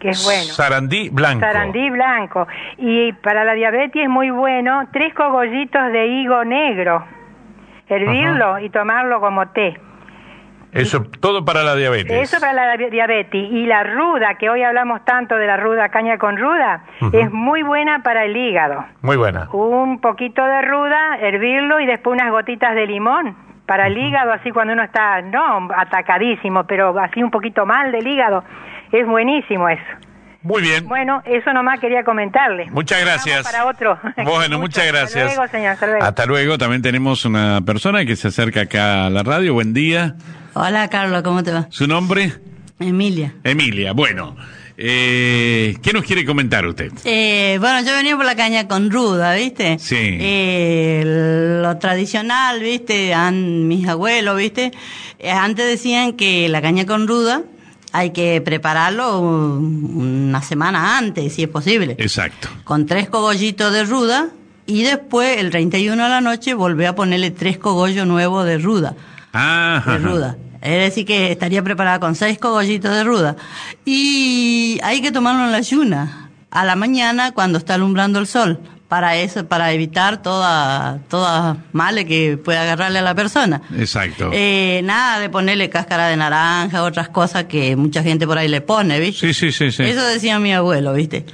[SPEAKER 17] que es bueno.
[SPEAKER 5] Sarandí blanco.
[SPEAKER 17] Sarandí blanco. Y para la diabetes es muy bueno tres cogollitos de higo negro, hervirlo y tomarlo como té.
[SPEAKER 5] Eso, todo para la diabetes.
[SPEAKER 17] Eso para la di- diabetes. Y la ruda, que hoy hablamos tanto de la ruda, caña con ruda,
[SPEAKER 5] Ujú. Ah.
[SPEAKER 17] es muy buena para el hígado.
[SPEAKER 5] Muy buena.
[SPEAKER 17] Un poquito de ruda, hervirlo y después unas gotitas de limón para el hígado, así cuando uno está, no atacadísimo, pero así un poquito mal del hígado. Es buenísimo eso.
[SPEAKER 5] Muy bien.
[SPEAKER 17] Bueno, eso nomás quería comentarle.
[SPEAKER 5] Muchas gracias.
[SPEAKER 17] Para otro.
[SPEAKER 5] Bueno, muchas
[SPEAKER 17] Hasta
[SPEAKER 5] gracias.
[SPEAKER 17] luego, señor. Hasta luego.
[SPEAKER 1] Hasta luego. También tenemos una persona que se acerca acá a la radio. Buen día.
[SPEAKER 18] Hola, Carlos, ¿cómo te va?
[SPEAKER 1] ¿Su nombre?
[SPEAKER 18] Emilia.
[SPEAKER 1] Emilia. Bueno, eh, ¿qué nos quiere comentar usted?
[SPEAKER 18] Eh, bueno, yo venía por la caña con ruda, ¿viste?
[SPEAKER 1] Sí.
[SPEAKER 18] Eh, lo tradicional, ¿viste? Han- mis abuelos, ¿viste? Eh, antes decían que la caña con ruda hay que prepararlo un- una semana antes, si es posible.
[SPEAKER 1] Exacto.
[SPEAKER 18] Con tres cogollitos de ruda y después, el 31 a la noche, volví a ponerle tres cogollos nuevos de ruda.
[SPEAKER 1] Ah,
[SPEAKER 18] de ruda. Es decir, que estaría preparada con seis cogollitos de ruda. Y hay que tomarlo en la ayuna, a la mañana cuando está alumbrando el sol, para eso, para evitar toda, toda males que pueda agarrarle a la persona.
[SPEAKER 1] Exacto.
[SPEAKER 18] Eh, nada de ponerle cáscara de naranja, otras cosas que mucha gente por ahí le pone, ¿viste?
[SPEAKER 1] sí, sí, sí, sí.
[SPEAKER 18] Eso decía mi abuelo, ¿viste?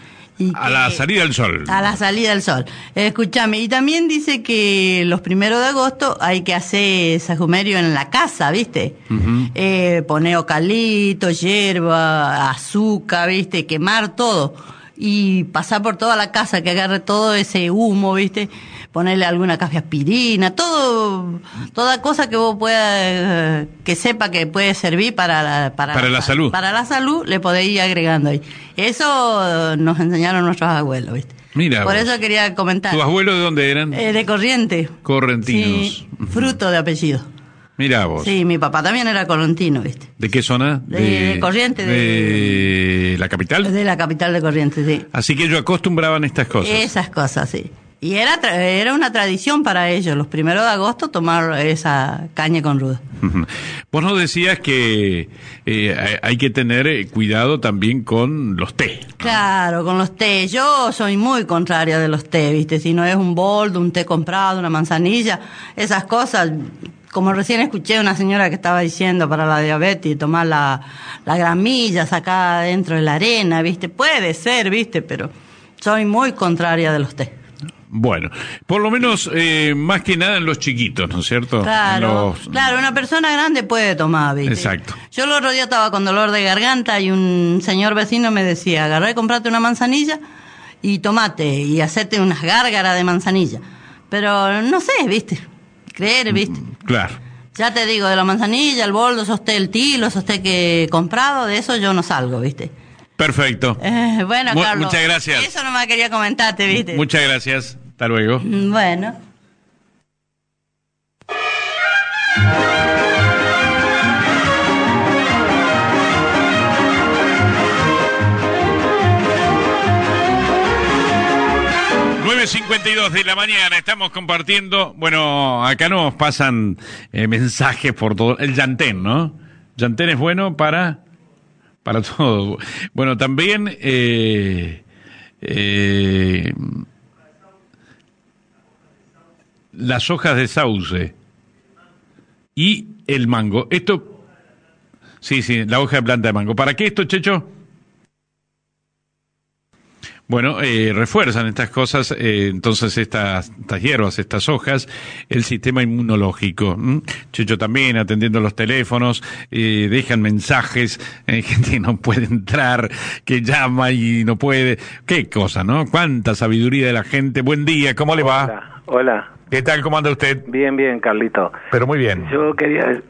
[SPEAKER 1] a la salida del sol.
[SPEAKER 18] A la salida del sol. Escúchame, y también dice que los primeros de agosto hay que hacer sajumerio en la casa, ¿viste?
[SPEAKER 19] Ujú.
[SPEAKER 18] Eh, poner ocalito, hierba, azúcar, ¿viste? Quemar todo. Y pasar por toda la casa, que agarre todo ese humo, ¿viste? Ponerle alguna café aspirina, todo, toda cosa que vos puedas, eh, que sepa que puede servir para la,
[SPEAKER 1] Para la salud.
[SPEAKER 18] Para la salud, le podéis ir agregando ahí. Eso eh, nos enseñaron nuestros abuelos, ¿viste?
[SPEAKER 1] Mira,
[SPEAKER 18] Por
[SPEAKER 1] Ah, vos.
[SPEAKER 18] eso quería comentar.
[SPEAKER 1] ¿tus abuelos de dónde eran?
[SPEAKER 18] Eh, de corriente.
[SPEAKER 1] Correntinos.
[SPEAKER 18] Sí, fruto de apellido.
[SPEAKER 1] Mira vos.
[SPEAKER 18] Sí, mi papá también era correntino, ¿viste?
[SPEAKER 1] ¿De qué zona?
[SPEAKER 18] De Corrientes, de-
[SPEAKER 1] de la capital.
[SPEAKER 18] De la capital de corriente, sí.
[SPEAKER 1] Así que ellos acostumbraban estas cosas.
[SPEAKER 18] Esas cosas, sí. Y era, tra- era una tradición para ellos, los primeros de agosto, tomar esa caña con ruda.
[SPEAKER 1] Ujú. Vos nos decías que eh, hay- hay que tener eh, cuidado también con los té.
[SPEAKER 18] Claro, con los té. Yo soy muy contraria de los té, ¿viste? Si no es un boldo, un té comprado, una manzanilla, esas cosas. Como recién escuché una señora que estaba diciendo para la diabetes, tomar la, la gramilla sacada dentro de la arena, ¿viste? Puede ser, ¿viste? Pero soy muy contraria de los té.
[SPEAKER 1] Bueno, por lo menos eh, más que nada en los chiquitos, ¿no es cierto?
[SPEAKER 18] Claro,
[SPEAKER 1] En los-
[SPEAKER 18] claro, una persona grande puede tomar, ¿viste?
[SPEAKER 1] Exacto.
[SPEAKER 18] Yo el otro día estaba con dolor de garganta y un señor vecino me decía, agarrá y comprate una manzanilla y tomate y hacete unas gárgaras de manzanilla. Pero no sé, ¿viste? Creer,
[SPEAKER 1] Mm.
[SPEAKER 18] ¿viste?
[SPEAKER 1] Claro.
[SPEAKER 18] Ya te digo, de la manzanilla, el boldo, sosté el tilo, sosté que he comprado, de eso yo no salgo, ¿viste?
[SPEAKER 1] Perfecto.
[SPEAKER 18] Eh, bueno,
[SPEAKER 1] Mu-
[SPEAKER 18] Carlos.
[SPEAKER 1] muchas gracias.
[SPEAKER 18] Eso nomás quería comentarte, ¿viste?
[SPEAKER 1] Muchas gracias. Hasta luego.
[SPEAKER 18] Bueno.
[SPEAKER 1] nueve cincuenta y dos de la mañana, estamos compartiendo. Bueno, acá nos pasan eh, mensajes por todo. El Yantén, ¿no? Yantén es bueno para. Para todo. Bueno, también. eh, eh, las hojas de sauce. Y el mango. Esto. Sí, sí, la hoja de planta de mango. ¿Para qué esto, Checho? Bueno, eh, refuerzan estas cosas, eh, entonces estas, estas hierbas, estas hojas, el sistema inmunológico. ¿m? Checho también atendiendo los teléfonos, eh, dejan mensajes, eh, gente que no puede entrar, que llama y no puede. Qué cosa, ¿no? Cuánta sabiduría de la gente. Buen día, ¿cómo le va?
[SPEAKER 20] Hola.
[SPEAKER 5] ¿Qué tal? ¿Cómo anda usted?
[SPEAKER 20] Bien, bien, Carlito.
[SPEAKER 5] Pero muy bien.
[SPEAKER 20] Yo quería...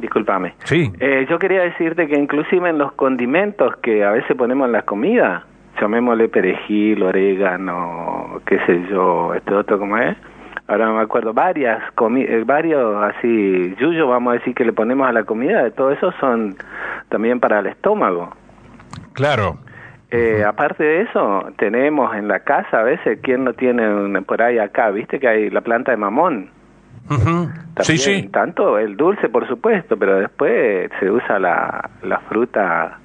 [SPEAKER 20] Disculpame.
[SPEAKER 5] Sí.
[SPEAKER 20] Eh, yo quería decirte que inclusive en los condimentos que a veces ponemos en la comida, llamémosle perejil, orégano, qué sé yo, este otro como es, ahora no me acuerdo, varias, comi eh, varios así, yuyo vamos a decir que le ponemos a la comida, todo eso son también para el estómago.
[SPEAKER 5] Claro.
[SPEAKER 20] Eh, aparte de eso, tenemos en la casa a veces, quien no tiene un- por ahí acá? ¿Viste que hay la planta de mamón?
[SPEAKER 5] Sí,
[SPEAKER 20] También,
[SPEAKER 5] sí.
[SPEAKER 20] Tanto el dulce, por supuesto, pero después se usa la, la fruta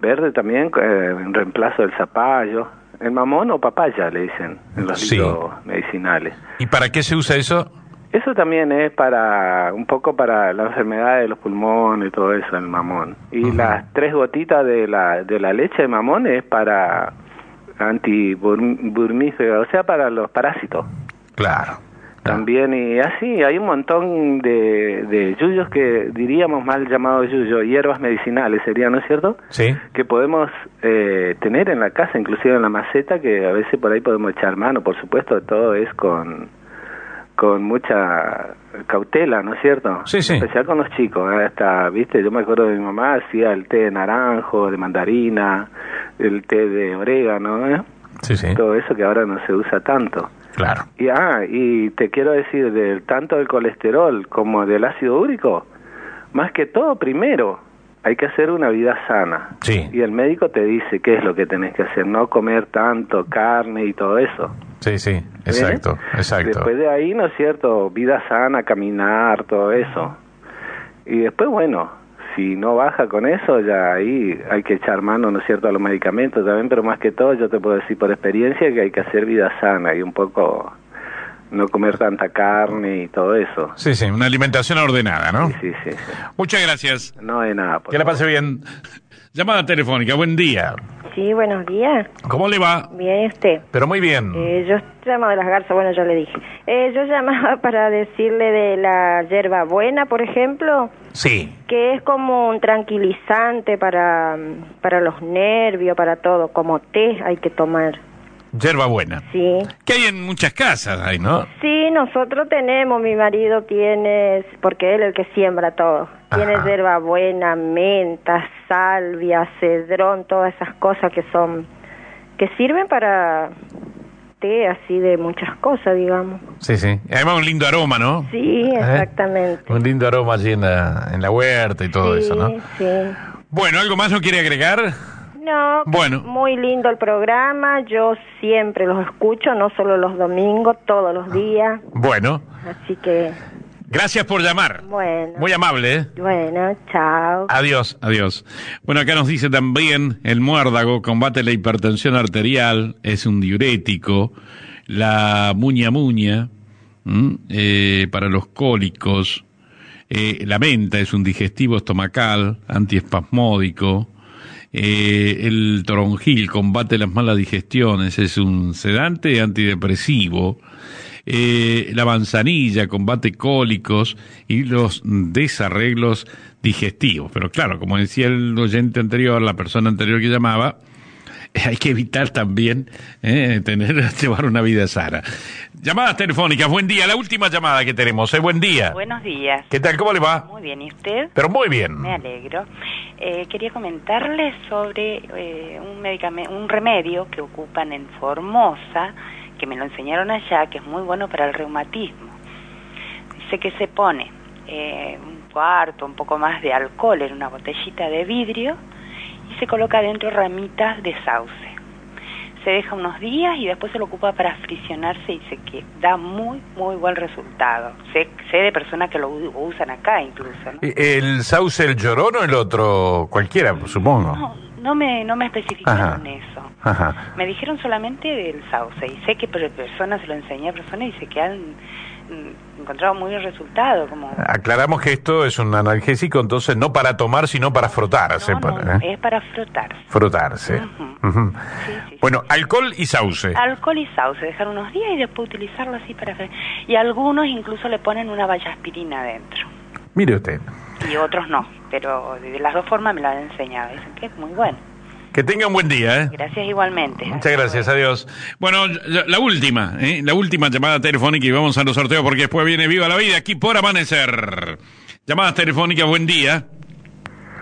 [SPEAKER 20] verde también eh, en reemplazo del zapallo. El mamón o papaya le dicen en los
[SPEAKER 5] Sí.
[SPEAKER 20] libros medicinales.
[SPEAKER 5] ¿Y para qué se usa eso?
[SPEAKER 20] Eso también es para un poco para la enfermedad de los pulmones y todo eso, el mamón. Y las tres gotitas de la, de la leche de mamón es para antiburmífero, o sea, para los parásitos.
[SPEAKER 5] Ah. Claro.
[SPEAKER 20] También, y así, hay un montón de, de yuyos que diríamos mal llamados yuyo, hierbas medicinales serían, ¿no es cierto?
[SPEAKER 5] Sí.
[SPEAKER 20] que podemos eh, tener en la casa, inclusive en la maceta, que a veces por ahí podemos echar mano, por supuesto, todo es con, con mucha cautela, ¿no es cierto?
[SPEAKER 5] Sí, sí.
[SPEAKER 20] Especial con los chicos, ¿eh? hasta, viste, yo me acuerdo de mi mamá, hacía el té de naranjo, de mandarina, el té de orégano, ¿eh?
[SPEAKER 5] Sí, sí.
[SPEAKER 20] Todo eso que ahora no se usa tanto.
[SPEAKER 5] Claro.
[SPEAKER 20] Y, ah, y te quiero decir, del, tanto del colesterol como del ácido úrico, más que todo, primero, hay que hacer una vida sana.
[SPEAKER 5] Sí,
[SPEAKER 20] Y el médico te dice qué es lo que tenés que hacer, no comer tanto carne y todo eso.
[SPEAKER 5] sí, sí. Exacto, exacto.
[SPEAKER 20] ¿Eh? Después de ahí, ¿no es cierto? Vida sana, caminar, todo eso. Y después, bueno, si no baja con eso, ya ahí hay que echar mano, ¿no es cierto?, a los medicamentos también, pero más que todo yo te puedo decir por experiencia que hay que hacer vida sana y un poco no comer tanta carne y todo eso.
[SPEAKER 5] Sí, sí, una alimentación ordenada, ¿no?
[SPEAKER 20] Sí, sí.
[SPEAKER 1] Muchas gracias.
[SPEAKER 20] No de nada.
[SPEAKER 1] Que la pase bien. Llamada telefónica, buen día.
[SPEAKER 19] Sí, buenos días.
[SPEAKER 1] ¿Cómo le va?
[SPEAKER 19] Bien, ¿y usted.
[SPEAKER 5] Pero muy bien.
[SPEAKER 19] Eh, yo llamo de las garzas, bueno, ya le dije. Eh, yo llamaba para decirle de la hierba buena, por ejemplo,
[SPEAKER 5] Sí.
[SPEAKER 19] que es como un tranquilizante para, mm, para los nervios, para todo, como té hay que tomar.
[SPEAKER 1] Yerba buena.
[SPEAKER 19] Sí.
[SPEAKER 1] Que hay en muchas casas, ahí, ¿no?
[SPEAKER 19] Sí, nosotros tenemos, mi marido tiene, porque él es el que siembra todo. Tiene hierbabuena, menta, salvia, cedrón, todas esas cosas que son, que sirven para té, así de muchas cosas, digamos.
[SPEAKER 5] Sí, sí. Y Además un lindo aroma, ¿no?
[SPEAKER 19] Sí,
[SPEAKER 5] ¿Eh?
[SPEAKER 19] exactamente.
[SPEAKER 5] Un lindo aroma allí en la, en la huerta y todo
[SPEAKER 19] sí,
[SPEAKER 5] eso, ¿no?
[SPEAKER 19] sí.
[SPEAKER 1] Bueno, ¿algo más no quiere agregar?
[SPEAKER 19] No,
[SPEAKER 1] Bueno.
[SPEAKER 19] muy lindo el programa, yo siempre los escucho, no solo los domingos, todos
[SPEAKER 5] Ah.
[SPEAKER 19] los días,
[SPEAKER 1] Bueno,
[SPEAKER 19] así que,
[SPEAKER 1] gracias por llamar.
[SPEAKER 19] bueno,
[SPEAKER 1] Muy amable, ¿eh?
[SPEAKER 19] bueno, chao.
[SPEAKER 1] Adiós, adiós. Bueno, acá nos dice también el muérdago combate la hipertensión arterial, es un diurético, la muña muña ¿m? Eh, para los cólicos, eh, la menta es un digestivo estomacal, antiespasmódico, eh, el toronjil combate las malas digestiones, es un sedante antidepresivo. Eh, la manzanilla combate cólicos y los desarreglos digestivos. Pero claro, como decía el oyente anterior, la persona anterior que llamaba, hay que evitar también eh, tener llevar una vida sana. Llamadas telefónicas, buen día. La última llamada que tenemos, eh, buen día.
[SPEAKER 21] Buenos días.
[SPEAKER 1] ¿Qué tal? ¿Cómo le va?
[SPEAKER 21] Muy bien, ¿y usted?
[SPEAKER 1] Pero muy bien.
[SPEAKER 21] Me alegro. Eh, quería comentarles sobre eh, un, medicamen- un remedio que ocupan en Formosa, que me lo enseñaron allá, que es muy bueno para el reumatismo. Dice que se pone eh, un cuarto, un poco más de alcohol en una botellita de vidrio y se coloca dentro ramitas de sauce. Se deja unos días y después se lo ocupa para frisionarse y dice que da muy, muy buen resultado. Sé, sé de personas que lo u- usan acá incluso, ¿no?
[SPEAKER 5] ¿El sauce, el llorón o el otro? Cualquiera, supongo.
[SPEAKER 21] No, no me, no me especificaron
[SPEAKER 5] Ajá.
[SPEAKER 21] eso.
[SPEAKER 5] Ajá.
[SPEAKER 21] Me dijeron solamente del sauce y sé que per- personas se lo enseñé a personas y dice que han mm, encontrado muy buen resultado. Como,
[SPEAKER 5] Aclaramos que esto es un analgésico, entonces no para tomar, sino para frotarse. para, ¿eh?
[SPEAKER 21] Es para frotar.
[SPEAKER 5] Frotarse. Ujú. Bueno, alcohol y sauce.
[SPEAKER 21] Alcohol y sauce, dejar unos días y después utilizarlo así para... fre- Y algunos incluso le ponen una vallaspirina adentro
[SPEAKER 5] Mire usted.
[SPEAKER 21] y otros no, pero de las dos formas me la han enseñado. Dicen que es muy bueno.
[SPEAKER 1] Que tenga un buen día, ¿eh?
[SPEAKER 21] Gracias igualmente.
[SPEAKER 1] Muchas gracias, adiós. Bueno, la la última, ¿eh? la última llamada telefónica y vamos a los sorteos porque después viene Viva la Vida aquí por Amanecer. Llamadas telefónicas, buen día.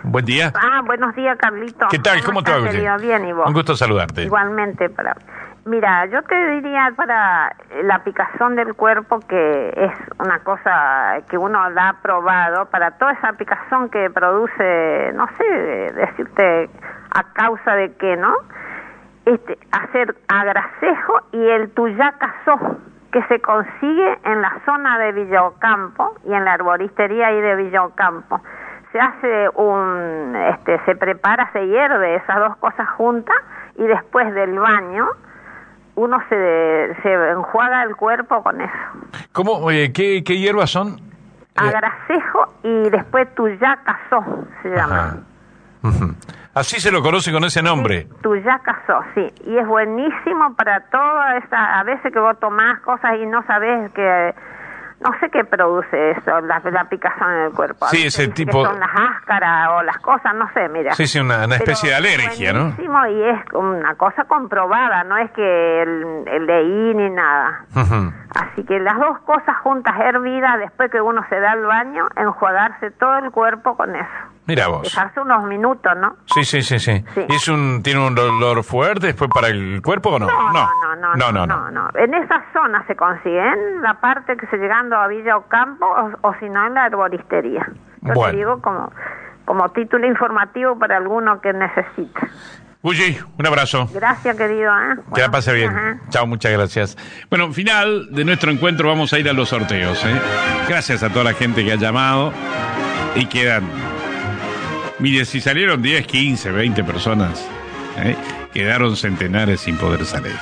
[SPEAKER 1] Buen día.
[SPEAKER 22] Ah, buenos días, Carlito.
[SPEAKER 1] ¿Qué tal? ¿Cómo te va,
[SPEAKER 22] estás,
[SPEAKER 1] Guti?
[SPEAKER 22] querido? Bien, ¿y vos?
[SPEAKER 1] Un gusto saludarte.
[SPEAKER 22] Igualmente, para... Mira, yo te diría para eh, la picazón del cuerpo que es una cosa que uno la ha probado, para toda esa picazón que produce, no sé, decirte a causa de qué, ¿no? Este, hacer agracejo y el tuyacazó que se consigue en la zona de Villocampo y en la arboristería ahí de Villocampo. Se hace un, este, se prepara, se hierve esas dos cosas juntas y después del baño uno se, se enjuaga el cuerpo con eso.
[SPEAKER 5] ¿Cómo, eh, qué, qué hierbas son?
[SPEAKER 22] Agracejo y después tuyacazó se llama.
[SPEAKER 5] Ajá. Ujú. Así se lo conoce con ese nombre.
[SPEAKER 22] Tuyacazó, sí. Y es buenísimo para toda esa... A veces que vos tomás cosas y no sabés que... No sé qué produce eso, la, la picazón en el cuerpo. A
[SPEAKER 5] Sí,
[SPEAKER 22] veces
[SPEAKER 5] ese
[SPEAKER 22] dicen que
[SPEAKER 5] tipo-
[SPEAKER 22] Son las áscaras o las cosas, no sé, mira.
[SPEAKER 5] Sí, sí, una, una
[SPEAKER 22] Pero
[SPEAKER 5] especie de alergia, ¿no?
[SPEAKER 22] buenísimo y es una cosa comprobada, no es que el, el leí ni nada.
[SPEAKER 5] Ujú.
[SPEAKER 22] Así que las dos cosas juntas hervidas después que uno se da al baño, enjuagarse todo el cuerpo con eso.
[SPEAKER 5] Mira vos.
[SPEAKER 22] Dejarse unos minutos, ¿no?
[SPEAKER 5] Sí, sí, sí, sí. ¿Es un, ¿Tiene un olor fuerte después para el cuerpo o no?
[SPEAKER 22] No, no, no,
[SPEAKER 5] no. No, no, no.
[SPEAKER 22] No, En esa zona se consiguen, la parte que se llegando a Villa Ocampo o, o si no en la arboristería. Yo te
[SPEAKER 5] Bueno.
[SPEAKER 22] digo como, como título informativo para alguno que necesite.
[SPEAKER 5] Gucci, un abrazo.
[SPEAKER 22] Gracias, querido. ¿eh?
[SPEAKER 5] Que la pase bien.
[SPEAKER 22] Ajá.
[SPEAKER 5] Chao, muchas gracias.
[SPEAKER 1] Bueno, final de nuestro encuentro vamos a ir a los sorteos. ¿eh? Gracias a toda la gente que ha llamado. Y quedan. Mire, si salieron 10, 15, 20 personas, ¿eh? quedaron centenares sin poder salir.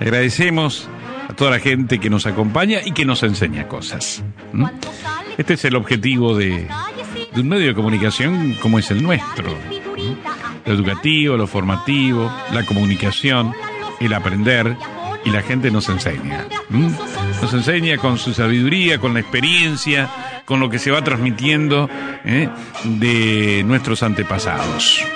[SPEAKER 1] Agradecemos a toda la gente que nos acompaña y que nos enseña cosas. ¿m? Este es el objetivo de, de un medio de comunicación como es el nuestro. ¿m? Lo educativo, lo formativo, la comunicación, el aprender y la gente nos enseña. ¿m? Nos enseña con su sabiduría, con la experiencia, con lo que se va transmitiendo ¿eh? de nuestros antepasados.